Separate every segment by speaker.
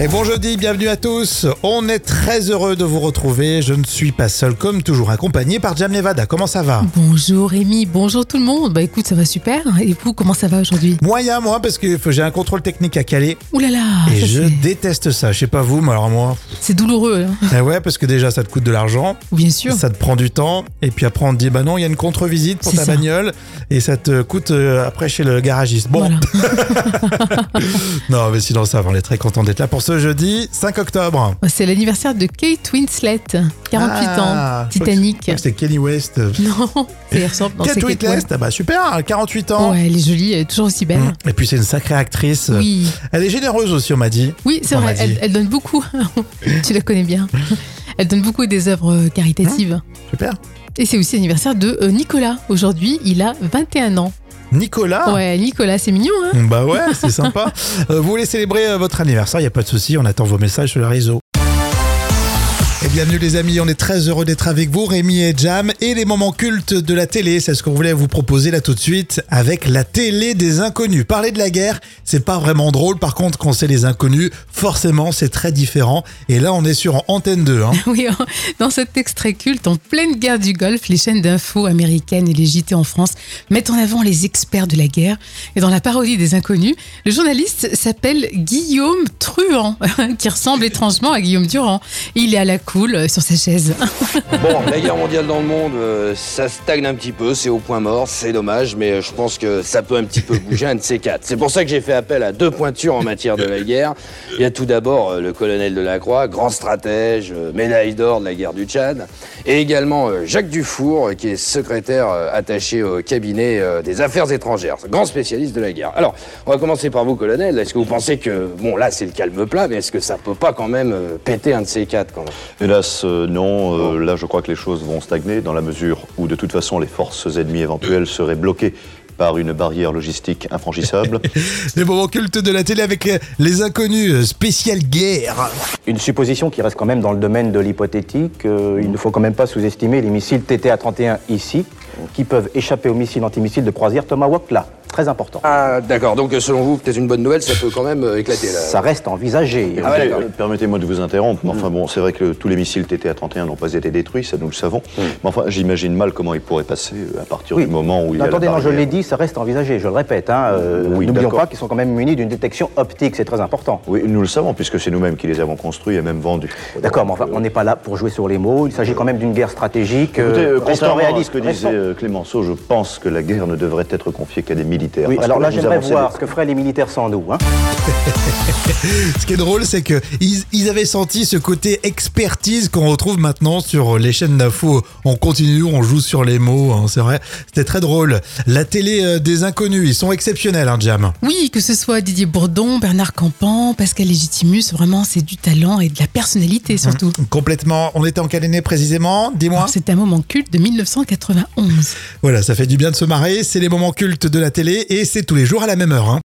Speaker 1: Et bon jeudi, bienvenue à tous. On est très heureux de vous retrouver. Je ne suis pas seul, comme toujours, accompagné par Jam Nevada. Comment ça va
Speaker 2: Bonjour Rémi, bonjour tout le monde. Bah écoute, ça va super. Et vous, comment ça va aujourd'hui
Speaker 1: Moyen, moi, parce que j'ai un contrôle technique à caler.
Speaker 2: Ouh là là
Speaker 1: et
Speaker 2: Ah, ça
Speaker 1: je
Speaker 2: c'est-
Speaker 1: déteste ça. Je sais pas vous, mais alors moi.
Speaker 2: C'est douloureux, hein.
Speaker 1: Eh ouais, parce que déjà, ça te coûte de l'argent.
Speaker 2: bien sûr.
Speaker 1: Ça te prend du temps. Et puis après, on te dit, bah non, il y a une contre-visite pour
Speaker 2: C'est
Speaker 1: ta
Speaker 2: ça.
Speaker 1: bagnole. Et ça te coûte euh, après chez le garagiste. Bon,
Speaker 2: Voilà.
Speaker 1: non, mais sinon, ça va. On est très content d'être là pour ce jeudi 5 octobre.
Speaker 2: C'est l'anniversaire de Kate Winslet, 48
Speaker 1: Ah, je crois
Speaker 2: ans,
Speaker 1: que- je
Speaker 2: Titanic.
Speaker 1: crois que C'était Kenny West.
Speaker 2: Non, c'est elle ressemble. non, c'est
Speaker 1: Kate Winslet, ah bah super, hein, 48 ans.
Speaker 2: Ouais, elle est jolie, elle est toujours aussi belle.
Speaker 1: Mm. Et puis c'est une sacrée actrice.
Speaker 2: Oui,
Speaker 1: Elle est généreuse aussi, on m'a dit.
Speaker 2: oui, c'est
Speaker 1: On
Speaker 2: vrai.
Speaker 1: m'a dit.
Speaker 2: Elle, elle donne beaucoup. tu la connais bien. Elle donne beaucoup des œuvres euh, caritatives.
Speaker 1: Super.
Speaker 2: Et c'est aussi l'anniversaire de euh, Nicolas. Aujourd'hui, il a 21 ans.
Speaker 1: Nicolas.
Speaker 2: Ouais, Nicolas, c'est mignon, hein
Speaker 1: Bah ouais, c'est sympa. Euh, vous voulez célébrer euh, votre anniversaire, il n'y a pas de souci, on attend vos messages sur les réseaux. Et bienvenue les amis, on est très heureux d'être avec vous, Rémi et Jam, et les moments cultes de la télé, c'est ce qu'on voulait vous proposer là tout de suite avec la télé des inconnus. Parler de la guerre, c'est pas vraiment drôle, par contre quand c'est les inconnus, forcément c'est très différent, et là on est sur Antenne 2. Hein.
Speaker 2: Oui, en- dans cet extrait culte, en pleine guerre du Golfe, les chaînes d'infos américaines et les JT en France mettent en avant les experts de la guerre. Et dans la parodie des inconnus, le journaliste s'appelle Guillaume Truand, qui ressemble étrangement à Guillaume Durand. Il est à la cool euh, sur sa chaise.
Speaker 3: Bon, la guerre mondiale dans le monde, euh, ça stagne un petit peu, c'est au point mort, c'est dommage, mais euh, je pense que ça peut un petit peu bouger un de ces quatre. C'est pour ça que j'ai fait appel à deux pointures en matière de la guerre. Il y a tout d'abord euh, le colonel Delacroix, grand stratège, euh, médaille d'or de la guerre du Tchad, et également euh, Jacques Dufour, euh, qui est secrétaire euh, attaché au cabinet euh, des affaires étrangères, grand spécialiste de la guerre. Alors, on va commencer par vous, colonel. Est-ce que vous pensez que, bon, là, c'est le calme plat, mais est-ce que ça peut pas quand même euh, péter un de ces quatre quand même
Speaker 4: Hélas, euh, non. Euh, là, je crois que les choses vont stagner dans la mesure où, de toute façon, les forces ennemies éventuelles seraient bloquées par une barrière logistique infranchissable.
Speaker 5: Ah,
Speaker 1: Les moments cultes de la télé avec les, les inconnus, euh, spéciale guerre.
Speaker 5: Une supposition qui reste quand même dans le domaine de l'hypothétique. euh, il ne faut quand même pas sous-estimer les missiles TTA-31 ici, qui peuvent échapper aux missiles antimissiles de croisière Tomahawk là. Très important.
Speaker 3: Ah, d'accord. Donc, selon vous, peut-être une bonne nouvelle, ça peut quand même euh, éclater là.
Speaker 5: Ça reste envisagé.
Speaker 3: Ah ouais, d'accord.
Speaker 4: Euh, Permettez-moi de vous interrompre.
Speaker 5: Mm.
Speaker 4: mais Enfin bon, c'est vrai que tous les missiles TTA-31 n'ont pas été détruits, ça nous le savons. Mais enfin, j'imagine mal comment ils pourraient passer euh, à partir
Speaker 5: Mm. Oui.
Speaker 4: du moment où il y a la
Speaker 5: Attendez, non, je
Speaker 4: barrière.
Speaker 5: l'ai dit, ça reste envisagé, je le répète. hein, euh,
Speaker 4: Oui,
Speaker 5: N'oublions
Speaker 4: d'accord.
Speaker 5: pas qu'ils sont quand même munis d'une détection optique, c'est très important.
Speaker 4: Oui, nous le savons, puisque c'est nous-mêmes qui les avons construits et même vendus.
Speaker 5: D'accord, mais enfin, on n'est pas là pour jouer sur les mots. Il s'agit quand même d'une guerre stratégique.
Speaker 4: Écoutez,
Speaker 5: euh,
Speaker 4: euh,
Speaker 5: restons
Speaker 4: contrairement à ce
Speaker 5: réalistes,
Speaker 4: que disait
Speaker 5: restons-
Speaker 4: euh, Clémenceau, je pense que la guerre ne devrait être confiée qu'à des militaires.
Speaker 5: Oui,
Speaker 4: parce
Speaker 5: alors
Speaker 4: que
Speaker 5: là,
Speaker 4: vous
Speaker 5: j'aimerais
Speaker 4: avancez
Speaker 5: voir
Speaker 4: des-
Speaker 5: ce que feraient les militaires sans nous. hein.
Speaker 1: Ce qui est drôle, c'est que ils, ils avaient senti ce côté expertise qu'on retrouve maintenant sur les chaînes d'infos. On continue, on joue sur les mots, hein, c'est vrai. C'était très drôle. La télé euh, des inconnus, ils sont exceptionnels, hein, Jam.
Speaker 2: Oui, que ce soit Didier Bourdon, Bernard Campan, Pascal Légitimus, vraiment, c'est du talent et de la personnalité surtout.
Speaker 1: Complètement. On était en quelle année précisément Dis-moi.
Speaker 2: C'est un moment culte de 1991.
Speaker 1: Voilà, ça fait du bien de se marrer. C'est les moments cultes de la télé et c'est tous les jours à la même heure. hein.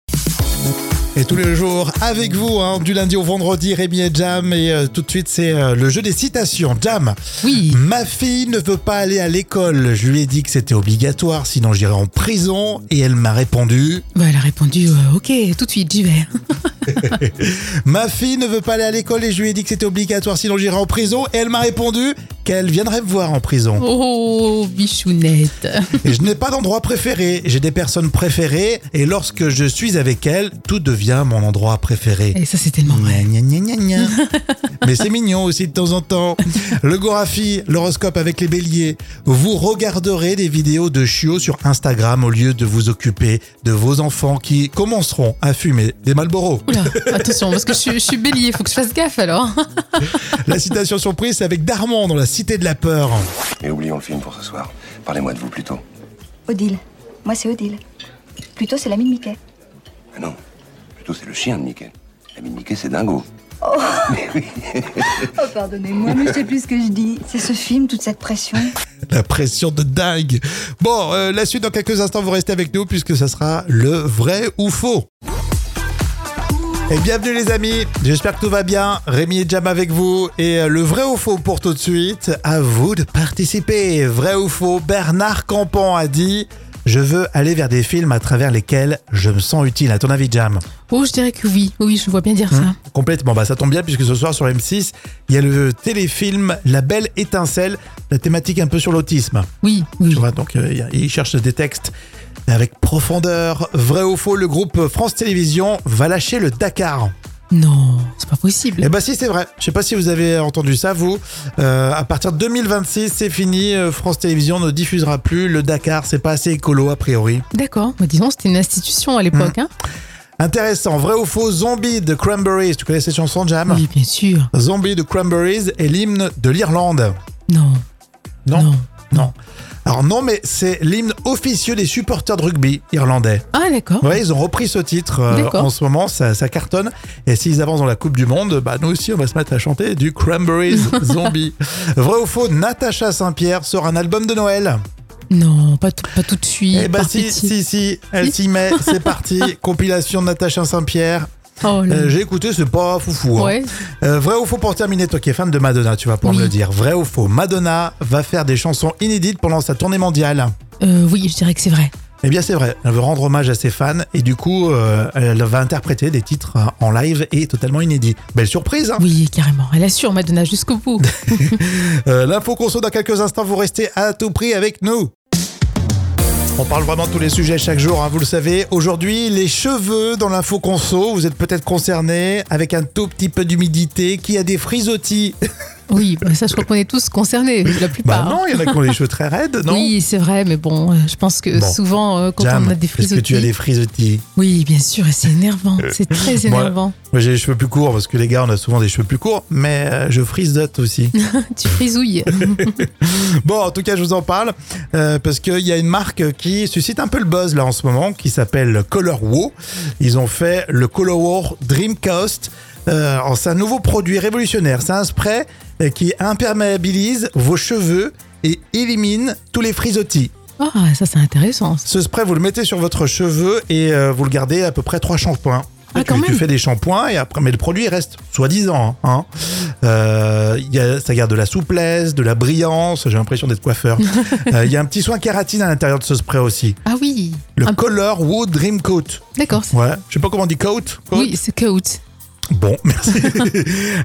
Speaker 1: Et tous les jours avec vous, hein, du lundi au vendredi, Rémi et Jam. Et euh, tout de suite, c'est euh, le jeu des citations. Jam,
Speaker 2: Oui.
Speaker 1: Ma fille ne veut pas aller à l'école. Je lui ai dit que c'était obligatoire, sinon j'irai en prison. Et elle m'a répondu
Speaker 2: Bah, elle a répondu euh, Ok, tout de suite, j'y vais.
Speaker 1: Ma fille ne veut pas aller à l'école et je lui ai dit que c'était obligatoire, sinon j'irai en prison. Et elle m'a répondu qu'elle viendrait me voir en prison.
Speaker 2: Oh, bichounette.
Speaker 1: Et je n'ai pas d'endroit préféré. J'ai des personnes préférées. Et lorsque je suis avec elles, tout devient mon endroit préféré.
Speaker 2: Et ça, c'est tellement vrai.
Speaker 1: Gna, gna, gna, gna, gna. Mais c'est mignon aussi de temps en temps. Le Gorafi, l'horoscope avec les béliers. Vous regarderez des vidéos de chiots sur Instagram au lieu de vous occuper de vos enfants qui commenceront à fumer des Marlboro.
Speaker 2: Oula, attention, parce que je, suis- je suis bélier, faut que je fasse gaffe alors.
Speaker 1: La citation surprise, c'est avec Darman dans La Cité de la Peur.
Speaker 6: Mais oublions le film pour ce soir. Parlez-moi de vous plutôt.
Speaker 7: Odile. Moi, c'est Odile. Plutôt, c'est l'ami de Mickey.
Speaker 6: Ah non, plutôt c'est le chien de Mickey. L'ami de Mickey, c'est Dingo.
Speaker 7: Oh, pardonnez-moi, mais je sais plus ce que je dis. C'est ce film, toute cette pression.
Speaker 1: La pression de dingue. Bon, euh, la suite dans quelques instants, vous restez avec nous puisque ça sera le vrai ou faux. Et bienvenue les amis, j'espère que tout va bien. Rémi et Jam avec vous. Et euh, le vrai ou faux pour tout de suite, à vous de participer. Vrai ou faux, Bernard Campan a dit Je veux aller vers des films à travers lesquels je me sens utile. À ton avis, Jam
Speaker 2: Oh, je dirais que oui. Oui, je vois bien dire ça.
Speaker 1: Complètement. Bah, ça tombe bien puisque ce soir sur M6, il y a le téléfilm La Belle Étincelle, la thématique un peu sur l'autisme.
Speaker 2: Oui, oui.
Speaker 1: Tu vois, donc euh, il y a- il cherche des textes avec profondeur. Vrai ou faux, le groupe France Télévisions va lâcher le Dakar.
Speaker 2: Non, c'est pas possible.
Speaker 1: Eh bah si, c'est vrai. Je sais pas si vous avez entendu ça, vous. Euh, à partir de 2026, c'est fini. Euh, France Télévisions ne diffusera plus le Dakar. C'est pas assez écolo, a priori.
Speaker 2: D'accord. Bah, disons, c'était une institution à l'époque. Hein
Speaker 1: Intéressant. Vrai ou faux, Zombie de Cranberries. Tu connais cette chanson, Jam
Speaker 2: oui, bien sûr.
Speaker 1: Zombie de Cranberries est l'hymne de l'Irlande.
Speaker 2: Non.
Speaker 1: Non.
Speaker 2: Non.
Speaker 1: Non. Alors non, mais c'est l'hymne officieux des supporters de rugby irlandais.
Speaker 2: Ah, d'accord.
Speaker 1: Ouais, ils ont repris ce titre euh,
Speaker 2: D'accord.
Speaker 1: en ce moment, ça, ça cartonne. Et s'ils avancent dans la Coupe du Monde, bah nous aussi, on va se mettre à chanter du Cranberries Zombie. Vrai ou faux, Natacha Saint-Pierre sort un album de Noël.
Speaker 2: Non, pas, tout- pas tout de suite.
Speaker 1: Eh bah
Speaker 2: par
Speaker 1: si,
Speaker 2: pitié.
Speaker 1: si, si, elle s'y met, c'est parti. Compilation de Natacha Saint-Pierre.
Speaker 2: Oh là.
Speaker 1: Euh, J'ai écouté, c'est pas foufou. hein.
Speaker 2: ouais.
Speaker 1: Euh, vrai ou faux pour terminer, toi qui es fan de Madonna, tu vas pouvoir
Speaker 2: Oui.
Speaker 1: me le dire. Vrai ou faux, Madonna va faire des chansons inédites pendant sa tournée mondiale.
Speaker 2: Euh, oui, je dirais que c'est vrai.
Speaker 1: Eh bien, c'est vrai. Elle veut rendre hommage à ses fans et du coup, euh, elle va interpréter des titres euh, en live et totalement inédits. Belle surprise. hein
Speaker 2: Oui, carrément. Elle assure Madonna jusqu'au bout.
Speaker 1: Euh, L'info conso dans quelques instants. Vous restez à tout prix avec nous. On parle vraiment de tous les sujets chaque jour, hein, vous le savez. Aujourd'hui, les cheveux dans l'info conso, vous êtes peut-être concernés avec un tout petit peu d'humidité. Qui a des frisottis
Speaker 2: oui, bah, ça, je crois qu'on est tous concernés, la
Speaker 1: Bah
Speaker 2: plupart. hein.
Speaker 1: non, il y en a qui ont les cheveux très raides, non
Speaker 2: Oui, c'est vrai, mais bon, euh, je pense que
Speaker 1: Bon.
Speaker 2: souvent, euh, quand
Speaker 1: Jam,
Speaker 2: on a des
Speaker 1: est-ce
Speaker 2: frisottis...
Speaker 1: que tu as des frisottis
Speaker 2: Oui, bien sûr, et c'est énervant. C'est très
Speaker 1: Euh, Moi-
Speaker 2: énervant.
Speaker 1: Moi, j'ai les cheveux plus courts parce que les gars, on a souvent des cheveux plus courts, mais euh, je frisote aussi.
Speaker 2: tu frisouilles.
Speaker 1: Bon, en tout cas, je vous en parle euh, parce qu'il y a une marque qui suscite un peu le buzz là en ce moment qui s'appelle Color Wow. Ils ont fait le Color Wow Dreamcast. Euh, alors, c'est un nouveau produit révolutionnaire. C'est un spray euh, qui imperméabilise vos cheveux et élimine tous les frisottis.
Speaker 2: Ah, ça, c'est intéressant. ça.
Speaker 1: Ce spray, vous le mettez sur votre cheveu et euh, vous le gardez à peu près trois shampoings.
Speaker 2: Ah,
Speaker 1: tu,
Speaker 2: quand
Speaker 1: tu
Speaker 2: même.
Speaker 1: fais des shampoings et après, mais le produit il reste soi-disant. hein. Euh, il y a- ça garde de la souplesse, de la brillance. J'ai l'impression d'être coiffeur. Euh, Il y a un petit soin kératine à l'intérieur de ce spray aussi.
Speaker 2: Ah oui.
Speaker 1: Le
Speaker 2: Un-
Speaker 1: Color Wood Dream Coat.
Speaker 2: D'accord. c'est-
Speaker 1: Ouais, je sais pas comment on dit coat. coat
Speaker 2: Oui, c'est coat.
Speaker 1: Bon, merci.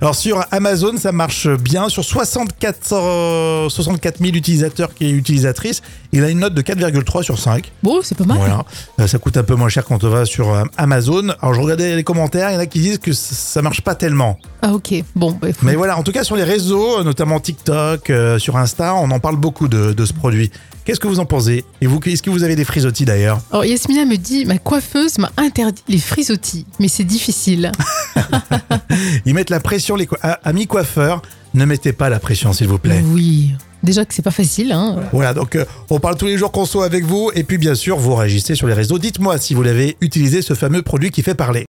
Speaker 1: Alors sur Amazon, ça marche bien. Sur 64, euh, 64 000 utilisateurs et utilisatrices, il a une note de 4,3 sur 5.
Speaker 2: Bon, c'est pas mal.
Speaker 1: Voilà. Euh, ça coûte un peu moins cher quand on va sur euh, Amazon. Alors je regardais les commentaires, il y en a qui disent que c- ça marche pas tellement.
Speaker 2: Ah ok. Bon, bah, faut-
Speaker 1: Mais voilà, en tout cas sur les réseaux, euh, notamment TikTok, euh, sur Insta, on en parle beaucoup de, de ce produit. Qu'est-ce que vous en pensez Et vous, est-ce que vous avez des frisottis d'ailleurs
Speaker 2: Alors, Yasmina me dit, ma coiffeuse m'a interdit les frisottis, mais c'est difficile.
Speaker 1: Ah, Ils mettent la pression, les co- a- amis coiffeurs, ne mettez pas la pression s'il vous plaît.
Speaker 2: Ben Oui. Déjà que c'est pas facile, hein.
Speaker 1: Voilà, donc euh, on parle tous les jours conso avec vous et puis bien sûr vous réagissez sur les réseaux. Dites-moi si vous l'avez utilisé ce fameux produit qui fait parler.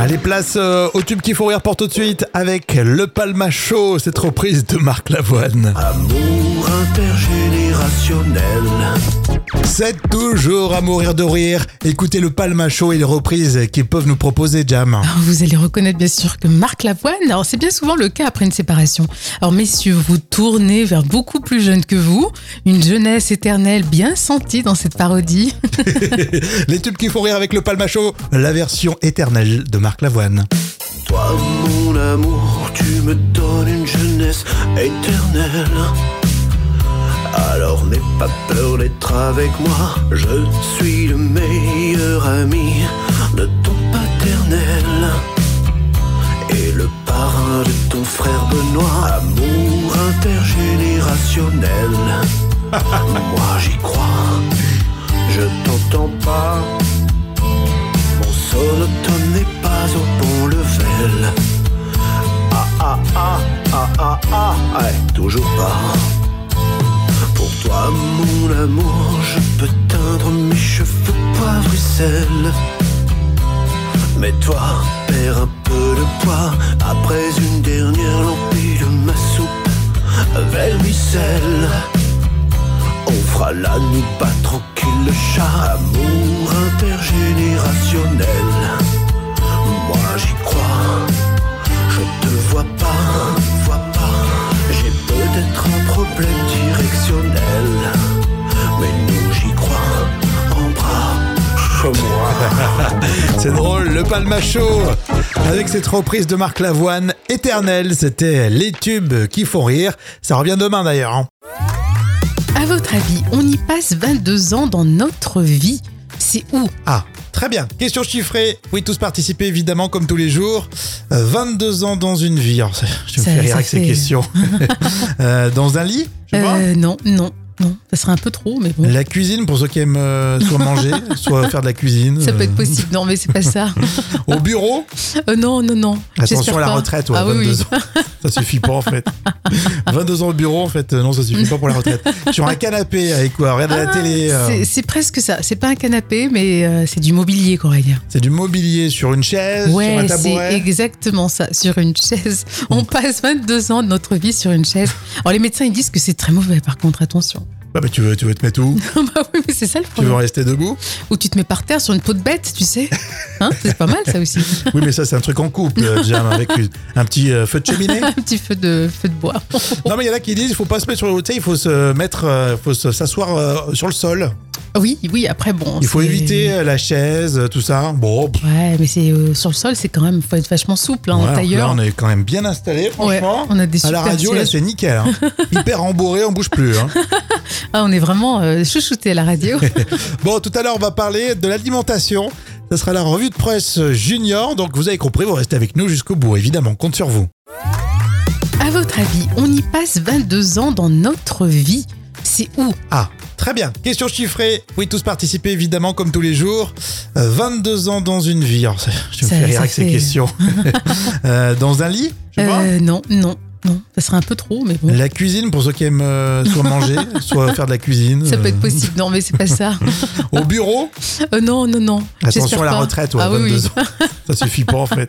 Speaker 1: Allez, place euh, au tube qui faut rire pour tout de suite avec le Palma Show, cette reprise de Marc Lavoine.
Speaker 8: Amour intergénérationnel.
Speaker 1: C'est toujours à mourir de rire. Écoutez le Palma Show et les reprises qu'ils peuvent nous proposer, Jam.
Speaker 2: Alors, vous allez reconnaître bien sûr que Marc Lavoine, alors c'est bien souvent le cas après une séparation. Alors messieurs, vous tournez vers beaucoup plus jeunes que vous, une jeunesse éternelle bien sentie dans cette parodie.
Speaker 1: Les tubes qui font rire avec le Palma Show, la version éternelle de Marc Lavoine.
Speaker 8: Toi, mon amour, tu me donnes une jeunesse éternelle. Alors n'aie pas peur d'être avec moi. Je suis le meilleur ami de ton paternel. Et le parrain de ton frère Benoît. Amour intergénérationnel. Moi j'y crois. Je t'entends pas. Mon sonotone n'est pas au bon level. Ah ah ah ah ah ah, ouais, toujours pas. Pour toi, mon amour, je peux teindre mes cheveux poivre et sel. Mais toi, perds un peu de poids après une dernière lampée de ma soupe vermicelle. On fera la nuit pas tranquille le chat Amour intergénérationnel Moi j'y crois Je te vois pas, vois pas J'ai peut-être un problème directionnel
Speaker 1: le Palmachot, avec cette reprise de Marc Lavoine, éternelle. C'était les tubes qui font rire. Ça revient demain d'ailleurs. hein.
Speaker 2: À votre avis, on y passe 22 ans dans notre vie. C'est où
Speaker 1: Ah, très bien. Question chiffrée. Oui, tous participer évidemment comme tous les jours. Euh, 22 ans dans une vie. Alors, ça- je me
Speaker 2: Ça-
Speaker 1: fais
Speaker 2: ça
Speaker 1: rire avec ces
Speaker 2: fait-
Speaker 1: questions. Euh, dans un lit, je sais pas.
Speaker 2: Euh, Non, non, non. Ça serait un peu trop, mais bon.
Speaker 1: La cuisine pour ceux qui aiment euh, soit manger, soit faire de la cuisine.
Speaker 2: Ça peut
Speaker 1: Euh,
Speaker 2: être possible, non, mais c'est pas ça.
Speaker 1: Au bureau,
Speaker 2: Euh, non, non, non. J'espère
Speaker 1: attention à la
Speaker 2: pas.
Speaker 1: retraite, ouais,
Speaker 2: Ah oui,
Speaker 1: 22
Speaker 2: oui.
Speaker 1: ans. Ça suffit pas en fait. 22 ans au bureau, en fait, euh, non, ça suffit pas pour la retraite. Sur un canapé avec quoi Regarde la télé. euh,
Speaker 2: Ah, C'est- C'est presque ça. C'est pas un canapé, mais euh, c'est du mobilier, Coralie.
Speaker 1: C'est du mobilier sur une chaise, sur un
Speaker 2: Ouais, c'est
Speaker 1: tabouret. Mm.
Speaker 2: exactement ça. Sur une chaise. On passe 22 ans de notre vie sur une chaise. Alors, les médecins, ils disent que c'est très mauvais, par contre, attention.
Speaker 1: Ah, mais tu veux, tu veux te mettre où
Speaker 2: bah oui, mais c'est ça le
Speaker 1: Tu veux
Speaker 2: problème.
Speaker 1: rester debout
Speaker 2: Ou tu te mets par terre sur une peau de bête, tu sais. Hein, c'est pas mal, ça aussi.
Speaker 1: Oui, mais ça, c'est un truc en couple, euh, Jam, avec une- un petit euh, feu de cheminée.
Speaker 2: Un petit feu de, feu de bois.
Speaker 1: Non, mais il y en a qui disent il faut pas se mettre sur le côté, il faut se mettre, euh, faut se- s'asseoir euh, sur le sol.
Speaker 2: Oui, oui, après, bon.
Speaker 1: Il faut
Speaker 2: Oh, c'est-
Speaker 1: éviter euh, la chaise, euh, tout ça. Bon, pff,
Speaker 2: Ouais, mais c'est euh, sur le sol, c'est quand même, faut être vachement souple hein,
Speaker 1: ouais,
Speaker 2: en tailleur.
Speaker 1: là, on est quand même bien installé,
Speaker 2: Ouais,
Speaker 1: franchement.
Speaker 2: on a des
Speaker 1: À la
Speaker 2: super
Speaker 1: radio, là,
Speaker 2: sièges.
Speaker 1: c'est nickel. hein. Hyper rembourré, on bouge plus. hein.
Speaker 2: Ah, on est vraiment euh, chouchouté à la radio.
Speaker 1: Bon, tout à l'heure, on va parler de l'alimentation. Ça sera la revue de presse junior. Donc, vous avez compris, vous restez avec nous jusqu'au bout, évidemment. Compte sur vous.
Speaker 2: à votre avis, on y passe 22 ans dans notre vie. C'est où
Speaker 1: Ah, très bien. Question chiffrée. Oui, tous participer évidemment comme tous les jours. Euh, 22 ans dans une vie. Alors, ça- je me
Speaker 2: Ça-
Speaker 1: fais rire
Speaker 2: ça
Speaker 1: avec ces
Speaker 2: fait-
Speaker 1: questions. Euh, dans un lit, je sais pas.
Speaker 2: Euh, Non, non, non. Ça serait un peu trop, mais bon.
Speaker 1: La cuisine pour ceux qui aiment euh, soit manger, soit faire de la cuisine.
Speaker 2: Ça peut être
Speaker 1: Euh,
Speaker 2: possible, non, mais c'est pas ça.
Speaker 1: Au bureau,
Speaker 2: Euh, non, non, non.
Speaker 1: attention
Speaker 2: J'espère
Speaker 1: à la
Speaker 2: pas.
Speaker 1: retraite, ouais,
Speaker 2: ah,
Speaker 1: 22
Speaker 2: oui, oui.
Speaker 1: ans. Ça suffit pas en fait.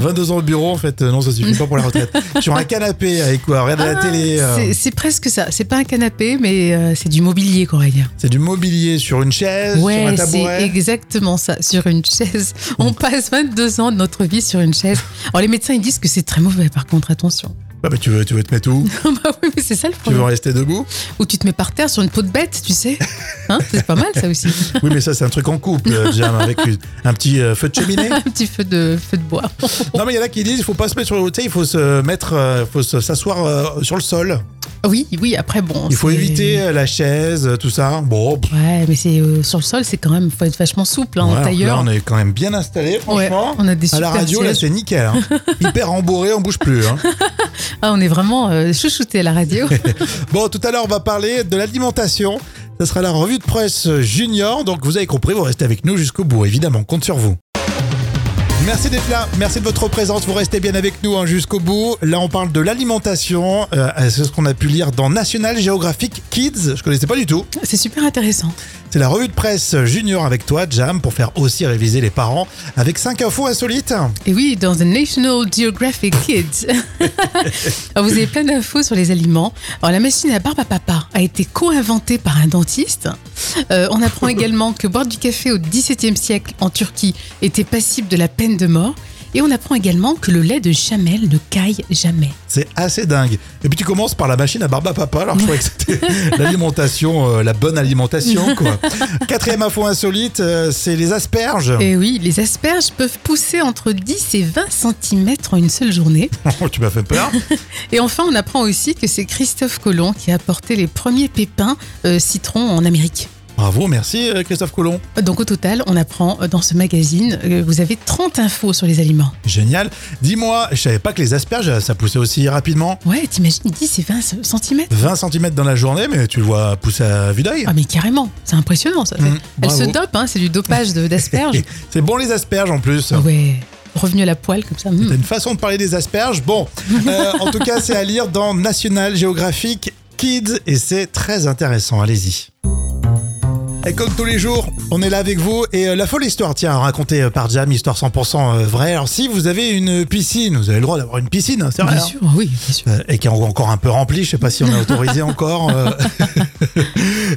Speaker 1: 22 ans au bureau, en fait, euh, non, ça suffit pas pour la retraite. Sur un canapé avec quoi Regarde la télé. euh,
Speaker 2: Ah, C'est- C'est presque ça. C'est pas un canapé, mais euh, c'est du mobilier, Coralie.
Speaker 1: C'est du mobilier sur une chaise, sur un
Speaker 2: Ouais, c'est
Speaker 1: tabouret. Mm.
Speaker 2: exactement ça. Sur une chaise. On passe 22 ans de notre vie sur une chaise. Alors, les médecins, ils disent que c'est très mauvais, par contre, attention.
Speaker 1: Ah, mais tu veux, tu veux te mettre où
Speaker 2: bah oui, mais c'est ça le
Speaker 1: Tu veux
Speaker 2: problème.
Speaker 1: rester debout
Speaker 2: Ou tu te mets par terre sur une peau de bête, tu sais. Hein, c'est pas mal, ça aussi.
Speaker 1: Oui, mais ça, c'est un truc en couple, euh, Jam, avec une- un petit euh, feu de cheminée.
Speaker 2: Un petit feu de, feu de bois.
Speaker 1: Non, mais il y en a qui disent il faut pas se mettre sur le côté, il faut se mettre, euh, faut se- s'asseoir euh, sur le sol.
Speaker 2: Oui, oui, après, bon.
Speaker 1: Il faut
Speaker 2: Oh, c'est-
Speaker 1: éviter euh, la chaise, euh, tout ça. Bon, pff,
Speaker 2: Ouais, mais c'est euh, sur le sol, c'est quand même, faut être vachement souple hein,
Speaker 1: voilà,
Speaker 2: en
Speaker 1: là,
Speaker 2: tailleur.
Speaker 1: on est quand même bien installé,
Speaker 2: Ouais,
Speaker 1: franchement.
Speaker 2: on a des
Speaker 1: à la
Speaker 2: super
Speaker 1: radio, là,
Speaker 2: sièges.
Speaker 1: c'est nickel. hein. Hyper rembourré, on bouge plus. hein.
Speaker 2: Ah, on est vraiment euh, chouchouté à la radio.
Speaker 1: Bon, tout à l'heure, on va parler de l'alimentation. Ça sera la revue de presse junior. Donc, vous avez compris, vous restez avec nous jusqu'au bout, évidemment. Compte sur vous. Merci d'être là, merci de votre présence, vous restez bien avec nous hein, jusqu'au bout. Là on parle de l'alimentation, Euh, c'est ce qu'on a pu lire dans National Geographic Kids, je connaissais pas du tout.
Speaker 2: C'est super intéressant.
Speaker 1: C'est la revue de presse junior avec toi Jam pour faire aussi réviser les parents avec 5 infos insolites.
Speaker 2: Et oui, dans The National Geographic Kids, Alors, vous avez plein d'infos sur les aliments. Alors, la machine à barbe à papa a été co-inventée par un dentiste. Euh, on apprend également que boire du café au XVIIe siècle en Turquie était passible de la peine de mort. Et on apprend également que le lait de chamel ne caille jamais.
Speaker 1: C'est assez dingue. Et puis tu commences par la machine à barbe à papa. Alors je croyais que c'était l'alimentation, euh, la bonne alimentation. Quoi. Quatrième info insolite, euh, c'est les asperges.
Speaker 2: Et Eh oui, les asperges peuvent pousser entre 10 et 20 cm en une seule journée.
Speaker 1: Oh, tu m'as fait peur.
Speaker 2: Et enfin, on apprend aussi que c'est Christophe Colomb qui a apporté les premiers pépins euh, citron en Amérique.
Speaker 1: Bravo, merci euh, Christophe Colomb.
Speaker 2: Donc au total, on apprend euh, dans ce magazine, euh, vous avez 30 infos sur les aliments.
Speaker 1: Génial. Dis-moi, je savais pas que les asperges, ça poussait aussi rapidement.
Speaker 2: Ouais, t'imagines 10 et 20 cm
Speaker 1: 20 cm dans la journée, mais tu le vois pousser à vue d'œil.
Speaker 2: Ah mais carrément, c'est impressionnant ça.
Speaker 1: Mmh,
Speaker 2: Elle
Speaker 1: bravo.
Speaker 2: se dope, hein, c'est du dopage de- d'asperges.
Speaker 1: C'est bon les asperges en plus.
Speaker 2: Ah ouais, revenu à la poêle comme ça. mmh.
Speaker 1: T'as une façon de parler des asperges. Bon, euh, en tout cas, c'est à lire dans National Geographic Kids et c'est très intéressant. Allez-y. Et comme tous les jours, on est là avec vous et euh, la folle histoire, tiens, racontée euh, par Jam, histoire 100% euh, vraie. Alors si vous avez une piscine, vous avez le droit d'avoir une piscine, hein, c'est vrai.
Speaker 2: Bien
Speaker 1: hein.
Speaker 2: sûr, oui, bien sûr.
Speaker 1: Euh, et qui est encore un peu remplie, je sais pas si on est autorisé encore. euh,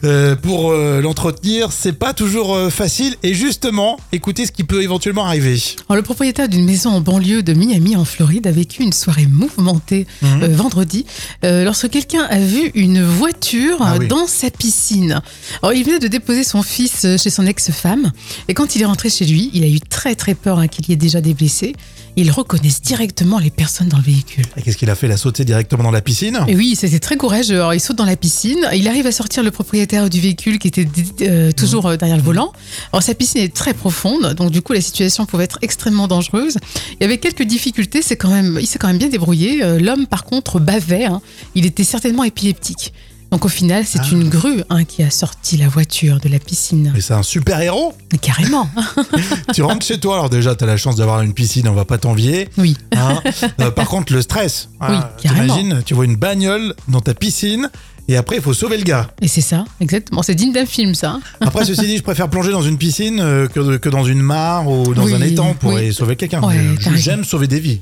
Speaker 1: euh, pour euh, l'entretenir, c'est pas toujours euh, facile. Et justement, écoutez ce qui peut éventuellement arriver.
Speaker 2: Alors, le propriétaire d'une maison en banlieue de Miami, en Floride, a vécu une soirée mouvementée
Speaker 1: Mhm.
Speaker 2: euh, vendredi euh, lorsque quelqu'un a vu une voiture
Speaker 1: Ah
Speaker 2: euh,
Speaker 1: oui.
Speaker 2: dans sa piscine. Alors, il venait de déposer son fils euh, chez son son ex-femme. Et quand il est rentré chez lui, il a eu très très peur hein, qu'il y ait déjà des blessés. Ils reconnaissent directement les personnes dans le véhicule.
Speaker 1: Et qu'est-ce qu'il a fait Il a sauté directement dans la piscine
Speaker 2: Et oui, c'était très courageux. Alors, il saute dans la piscine. Il arrive à sortir le propriétaire du véhicule qui était euh, toujours euh, derrière le volant. Alors, sa piscine est très profonde. Donc, du coup, la situation pouvait être extrêmement dangereuse. Il y avait quelques difficultés. C'est quand même, il s'est quand même bien débrouillé. Euh, L'homme, par contre, bavait. hein. Il était certainement épileptique. Donc, au final, c'est
Speaker 1: Ah.
Speaker 2: une grue hein, qui a sorti la voiture de la piscine.
Speaker 1: Mais c'est un super héros
Speaker 2: Carrément. hein.
Speaker 1: Tu rentres chez toi, alors déjà, t'as la chance d'avoir une piscine, on va pas t'envier.
Speaker 2: oui.
Speaker 1: hein. Euh, par contre, le stress.
Speaker 2: Oui, carrément.
Speaker 1: T'imagines, tu vois une bagnole dans ta piscine, et après, il faut sauver le gars.
Speaker 2: Et c'est ça, exactement. C'est digne d'un film, ça. hein.
Speaker 1: Après, ceci dit, je préfère plonger dans une piscine euh, que, que dans une mare ou dans
Speaker 2: Oui,
Speaker 1: un étang pour
Speaker 2: oui.
Speaker 1: aller sauver quelqu'un.
Speaker 2: Ouais,
Speaker 1: Euh,
Speaker 2: t'as raison.
Speaker 1: J'aime sauver des vies.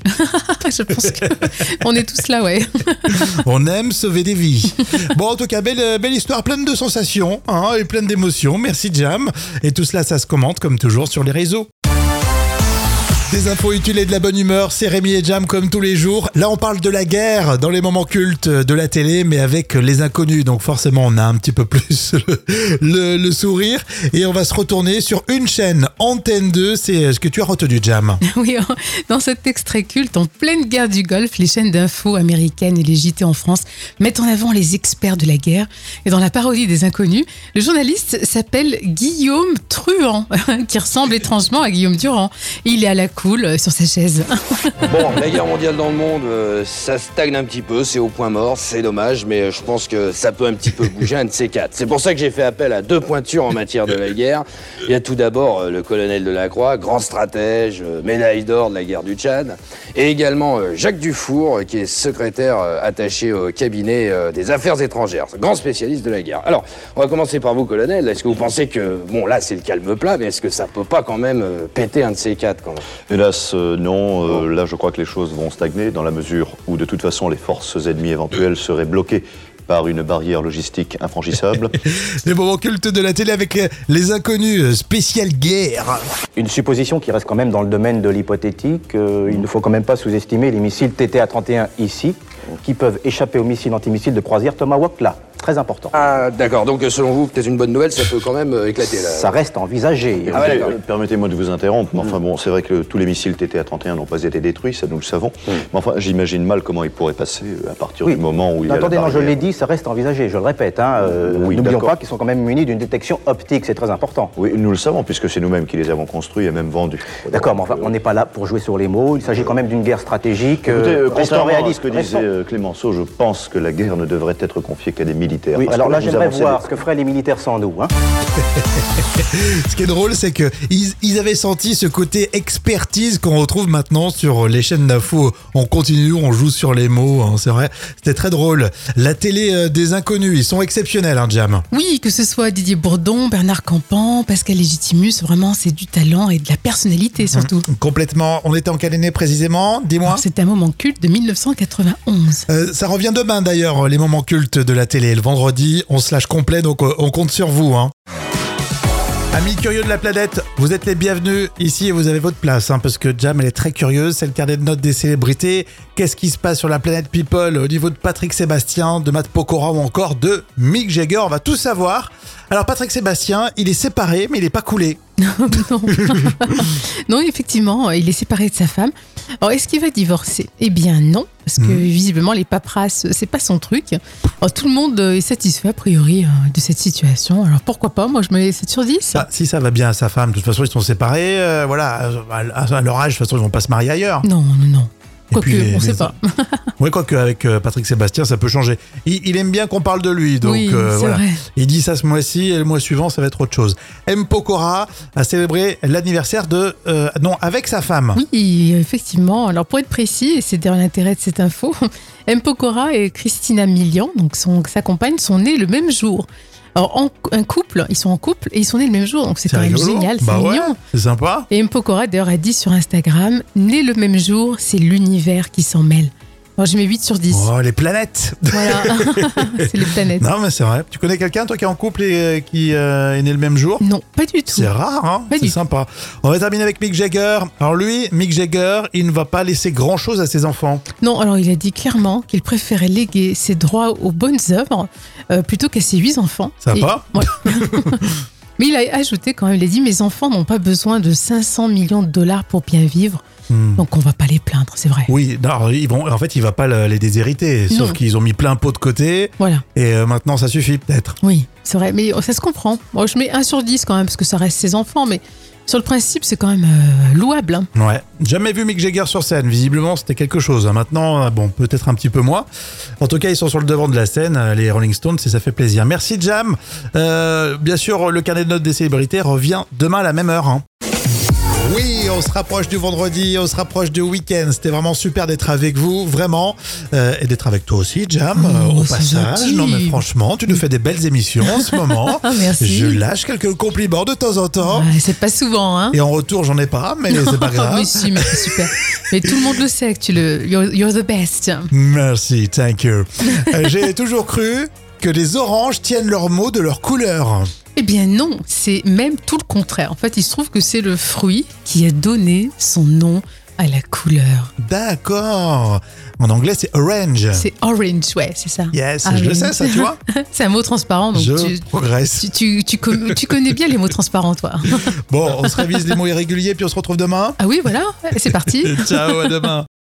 Speaker 2: Je pense qu'on est tous là, ouais.
Speaker 1: On aime sauver des vies. Bon, en tout cas, belle, belle histoire, pleine de sensations hein, et pleine d'émotions. Merci, Jam. Et tout cela, ça se commente comme toujours sur les réseaux. Des infos utiles et de la bonne humeur, c'est Rémi et Jam comme tous les jours. Là, on parle de la guerre dans les moments cultes de la télé, mais avec les inconnus. Donc forcément, on a un petit peu plus le, le- le sourire. Et on va se retourner sur une chaîne, Antenne 2. C'est euh, ce que tu as retenu, Jam.
Speaker 2: Oui, en- dans cet extrait culte, en pleine guerre du Golfe, les chaînes d'infos américaines et les JT en France mettent en avant les experts de la guerre. Et dans la parodie des inconnus, le journaliste s'appelle Guillaume Truand, qui ressemble étrangement à Guillaume Durand. Et il est à la cool euh, sur sa chaise.
Speaker 3: Bon, la guerre mondiale dans le monde, euh, ça stagne un petit peu, c'est au point mort, c'est dommage, mais euh, je pense que ça peut un petit peu bouger un de ces quatre. C'est pour ça que j'ai fait appel à deux pointures en matière de la guerre. Il y a tout d'abord euh, le colonel Delacroix, grand stratège, euh, médaille d'or de la guerre du Tchad, et également euh, Jacques Dufour, euh, qui est secrétaire euh, attaché au cabinet euh, des affaires étrangères, grand spécialiste de la guerre. Alors, on va commencer par vous, colonel. Est-ce que vous pensez que, bon, là, c'est le calme plat, mais est-ce que ça peut pas quand même euh, péter un de ces quatre quand même
Speaker 4: Hélas, euh, non. Euh, là, je crois que les choses vont stagner dans la mesure où, de toute façon, les forces ennemies éventuelles seraient bloquées par une barrière logistique infranchissable.
Speaker 1: Les moments cultes de la télé avec les- les inconnus, euh, spéciale guerre.
Speaker 5: Une supposition qui reste quand même dans le domaine de l'hypothétique. euh, il ne faut quand même pas sous-estimer les missiles TTA-31 ici, qui peuvent échapper aux missiles antimissiles de croisière Tomahawk là. Très important.
Speaker 3: Ah, d'accord. Donc, euh, selon vous, peut-être une bonne nouvelle, ça peut quand même euh, éclater là.
Speaker 5: Ça reste envisagé.
Speaker 3: Ah ouais, d'accord.
Speaker 4: Euh, Permettez-moi de vous interrompre,
Speaker 5: Mm.
Speaker 4: mais enfin bon, c'est vrai que tous les missiles TTA-31 n'ont pas été détruits, ça nous le savons. Mais enfin, j'imagine mal comment ils pourraient passer euh, à partir
Speaker 5: Mm. Oui.
Speaker 4: du moment où il y a la
Speaker 5: Attendez, non, je
Speaker 4: barrière.
Speaker 5: l'ai dit, ça reste envisagé, je le répète. hein, euh,
Speaker 4: Oui,
Speaker 5: N'oublions
Speaker 4: d'accord.
Speaker 5: pas qu'ils sont quand même munis d'une détection optique, c'est très important.
Speaker 4: Oui, nous le savons, puisque c'est nous-mêmes qui les avons construits et même vendus.
Speaker 5: D'accord, mais enfin, on n'est pas là pour jouer sur les mots. Il s'agit quand même d'une guerre stratégique.
Speaker 4: Écoutez, euh,
Speaker 5: euh, restons
Speaker 4: contrairement à
Speaker 5: réalistes,
Speaker 4: ce que
Speaker 5: restons-
Speaker 4: disait euh, Clémenceau, je pense que la guerre ne devrait être confiée qu'à des militaires.
Speaker 5: Oui,
Speaker 4: parce
Speaker 5: alors
Speaker 4: que
Speaker 5: là,
Speaker 4: vous
Speaker 5: j'aimerais
Speaker 4: avancez
Speaker 5: voir
Speaker 4: des-
Speaker 5: ce que feraient les militaires sans nous. hein.
Speaker 1: Ce qui est drôle, c'est que ils, ils avaient senti ce côté expertise qu'on retrouve maintenant sur les chaînes d'infos. On continue, on joue sur les mots, hein, c'est vrai. C'était très drôle. La télé euh, des inconnus, ils sont exceptionnels, hein, Jam.
Speaker 2: Oui, que ce soit Didier Bourdon, Bernard Campan, Pascal Légitimus, vraiment, c'est du talent et de la personnalité surtout.
Speaker 1: Complètement. On était en quelle année précisément Dis-moi.
Speaker 2: Alors, C'est un moment culte de 1991.
Speaker 1: Euh, ça revient demain d'ailleurs, les moments cultes de la télé. Le vendredi, on se lâche complet, donc euh, on compte sur vous. Hein. Amis curieux de la planète, vous êtes les bienvenus ici et vous avez votre place, hein, parce que Jam, elle est très curieuse, c'est le carnet de notes des célébrités. Qu'est-ce qui se passe sur la planète People au niveau de Patrick Sébastien, de Matt Pokora ou encore de Mick Jagger On va tout savoir. Alors Patrick Sébastien, il est séparé, mais il n'est pas coulé.
Speaker 2: non. non, effectivement, euh, il est séparé de sa femme. Alors, est-ce qu'il va divorcer Eh bien, non, parce que
Speaker 1: Hmm.
Speaker 2: visiblement, les paperasses, c'est pas son truc. Alors, tout le monde euh, est satisfait, a priori, euh, de cette situation. Alors, pourquoi pas Moi, je me mets 7 sur 10.
Speaker 1: Bah, si ça va bien à sa femme, de toute façon, ils sont séparés. euh, voilà, à, à- à leur âge, de toute façon, ils vont pas se marier ailleurs.
Speaker 2: Non, non, non.
Speaker 1: Et puis, les-
Speaker 2: Quoique, on
Speaker 1: les-
Speaker 2: sait pas.
Speaker 1: Oui, quoique avec euh, Patrick Sébastien, ça peut changer. Il, il aime bien qu'on parle de lui, donc
Speaker 2: oui,
Speaker 1: euh,
Speaker 2: c'est
Speaker 1: voilà.
Speaker 2: vrai.
Speaker 1: Il dit ça ce mois-ci et le mois suivant, ça va être autre chose. M. Pokora a célébré l'anniversaire de... euh, non, avec sa femme.
Speaker 2: Oui, effectivement. Alors, pour être précis, et c'est dans l'intérêt de cette info, M. Pokora et Christina Milian, donc son, sa compagne, sont nés le même jour. Alors, en, un couple, ils sont en couple et ils sont nés le même jour, donc c'est quand même
Speaker 1: rigolo.
Speaker 2: génial, c'est
Speaker 1: Bah ouais,
Speaker 2: mignon.
Speaker 1: c'est sympa.
Speaker 2: Et M. Pokora d'ailleurs a dit sur Instagram Né le même jour, c'est l'univers qui s'en mêle. Alors je mets 8 sur 10.
Speaker 1: Oh, les planètes
Speaker 2: Voilà, c'est les planètes. Non.
Speaker 1: Non, mais c'est vrai. Tu connais quelqu'un, toi, qui est en couple et euh, qui euh, est né le même jour
Speaker 2: pas du tout.
Speaker 1: C'est rare, hein
Speaker 2: Pas
Speaker 1: C'est
Speaker 2: du-
Speaker 1: sympa. On va terminer avec Mick Jagger. Alors lui, Mick Jagger, il ne va pas laisser grand-chose à ses enfants.
Speaker 2: Non, alors il a dit clairement qu'il préférait léguer ses droits aux bonnes œuvres euh, plutôt qu'à ses 8 enfants.
Speaker 1: Ça
Speaker 2: Et-
Speaker 1: va
Speaker 2: Ouais. Mais il a ajouté quand même, il a dit Mes enfants n'ont pas besoin de 500 millions de dollars pour bien vivre,
Speaker 1: Hmm.
Speaker 2: donc on va pas les plaindre, c'est vrai.
Speaker 1: Oui, non, alors, ils vont, en fait, il va pas le- les déshériter, sauf
Speaker 2: Non.
Speaker 1: qu'ils ont mis plein pot de côté
Speaker 2: Voilà,
Speaker 1: et euh, maintenant ça suffit peut-être.
Speaker 2: oui, c'est vrai. Mais ça se comprend. Moi, je mets 1 sur 10 quand même, parce que ça reste ses enfants, mais sur le principe, c'est quand même euh, louable. hein.
Speaker 1: Ouais. Jamais vu Mick Jagger sur scène, visiblement c'était quelque chose. hein. Maintenant, euh, bon, peut-être un petit peu moins. En tout cas, ils sont sur le devant de la scène, euh, les Rolling Stones, et ça fait plaisir. Merci Jam. Euh, bien sûr, le carnet de notes des célébrités revient demain à la même heure. hein. Oui, on se rapproche du vendredi, on se rapproche du week-end. C'était vraiment super d'être avec vous, vraiment. Euh, et d'être avec toi aussi, Jam,
Speaker 2: Oh,
Speaker 1: euh, au
Speaker 2: c'est
Speaker 1: passage.
Speaker 2: gentil.
Speaker 1: Non, mais franchement, tu nous fais des belles émissions en ce moment.
Speaker 2: Ah, merci.
Speaker 1: Je lâche quelques compliments de temps en temps.
Speaker 2: Ouais, Ah, c'est pas souvent, hein.
Speaker 1: Oh.
Speaker 2: Oh,
Speaker 1: Et en retour, j'en ai pas, mais c'est pas grave.
Speaker 2: mais si, mais c'est super. Mais tout le monde le sait que tu le. You're, you're the best.
Speaker 1: Merci, thank you. Euh, J'ai toujours cru que les oranges tiennent leurs mots de leur couleur.
Speaker 2: Eh bien non, c'est même tout le contraire. En fait, il se trouve que c'est le fruit qui a donné son nom à la couleur.
Speaker 1: D'accord. En anglais, c'est orange.
Speaker 2: C'est orange, ouais, c'est ça.
Speaker 1: Yes,
Speaker 2: Orange.
Speaker 1: je le sais, ça, tu vois.
Speaker 2: C'est un mot transparent, donc
Speaker 1: je
Speaker 2: tu,
Speaker 1: progresse.
Speaker 2: tu, tu, tu con- tu connais bien les mots transparents, toi.
Speaker 1: Bon, on se révise les mots irréguliers, puis on se retrouve demain.
Speaker 2: Ah oui, voilà, c'est parti.
Speaker 1: Ciao, à demain.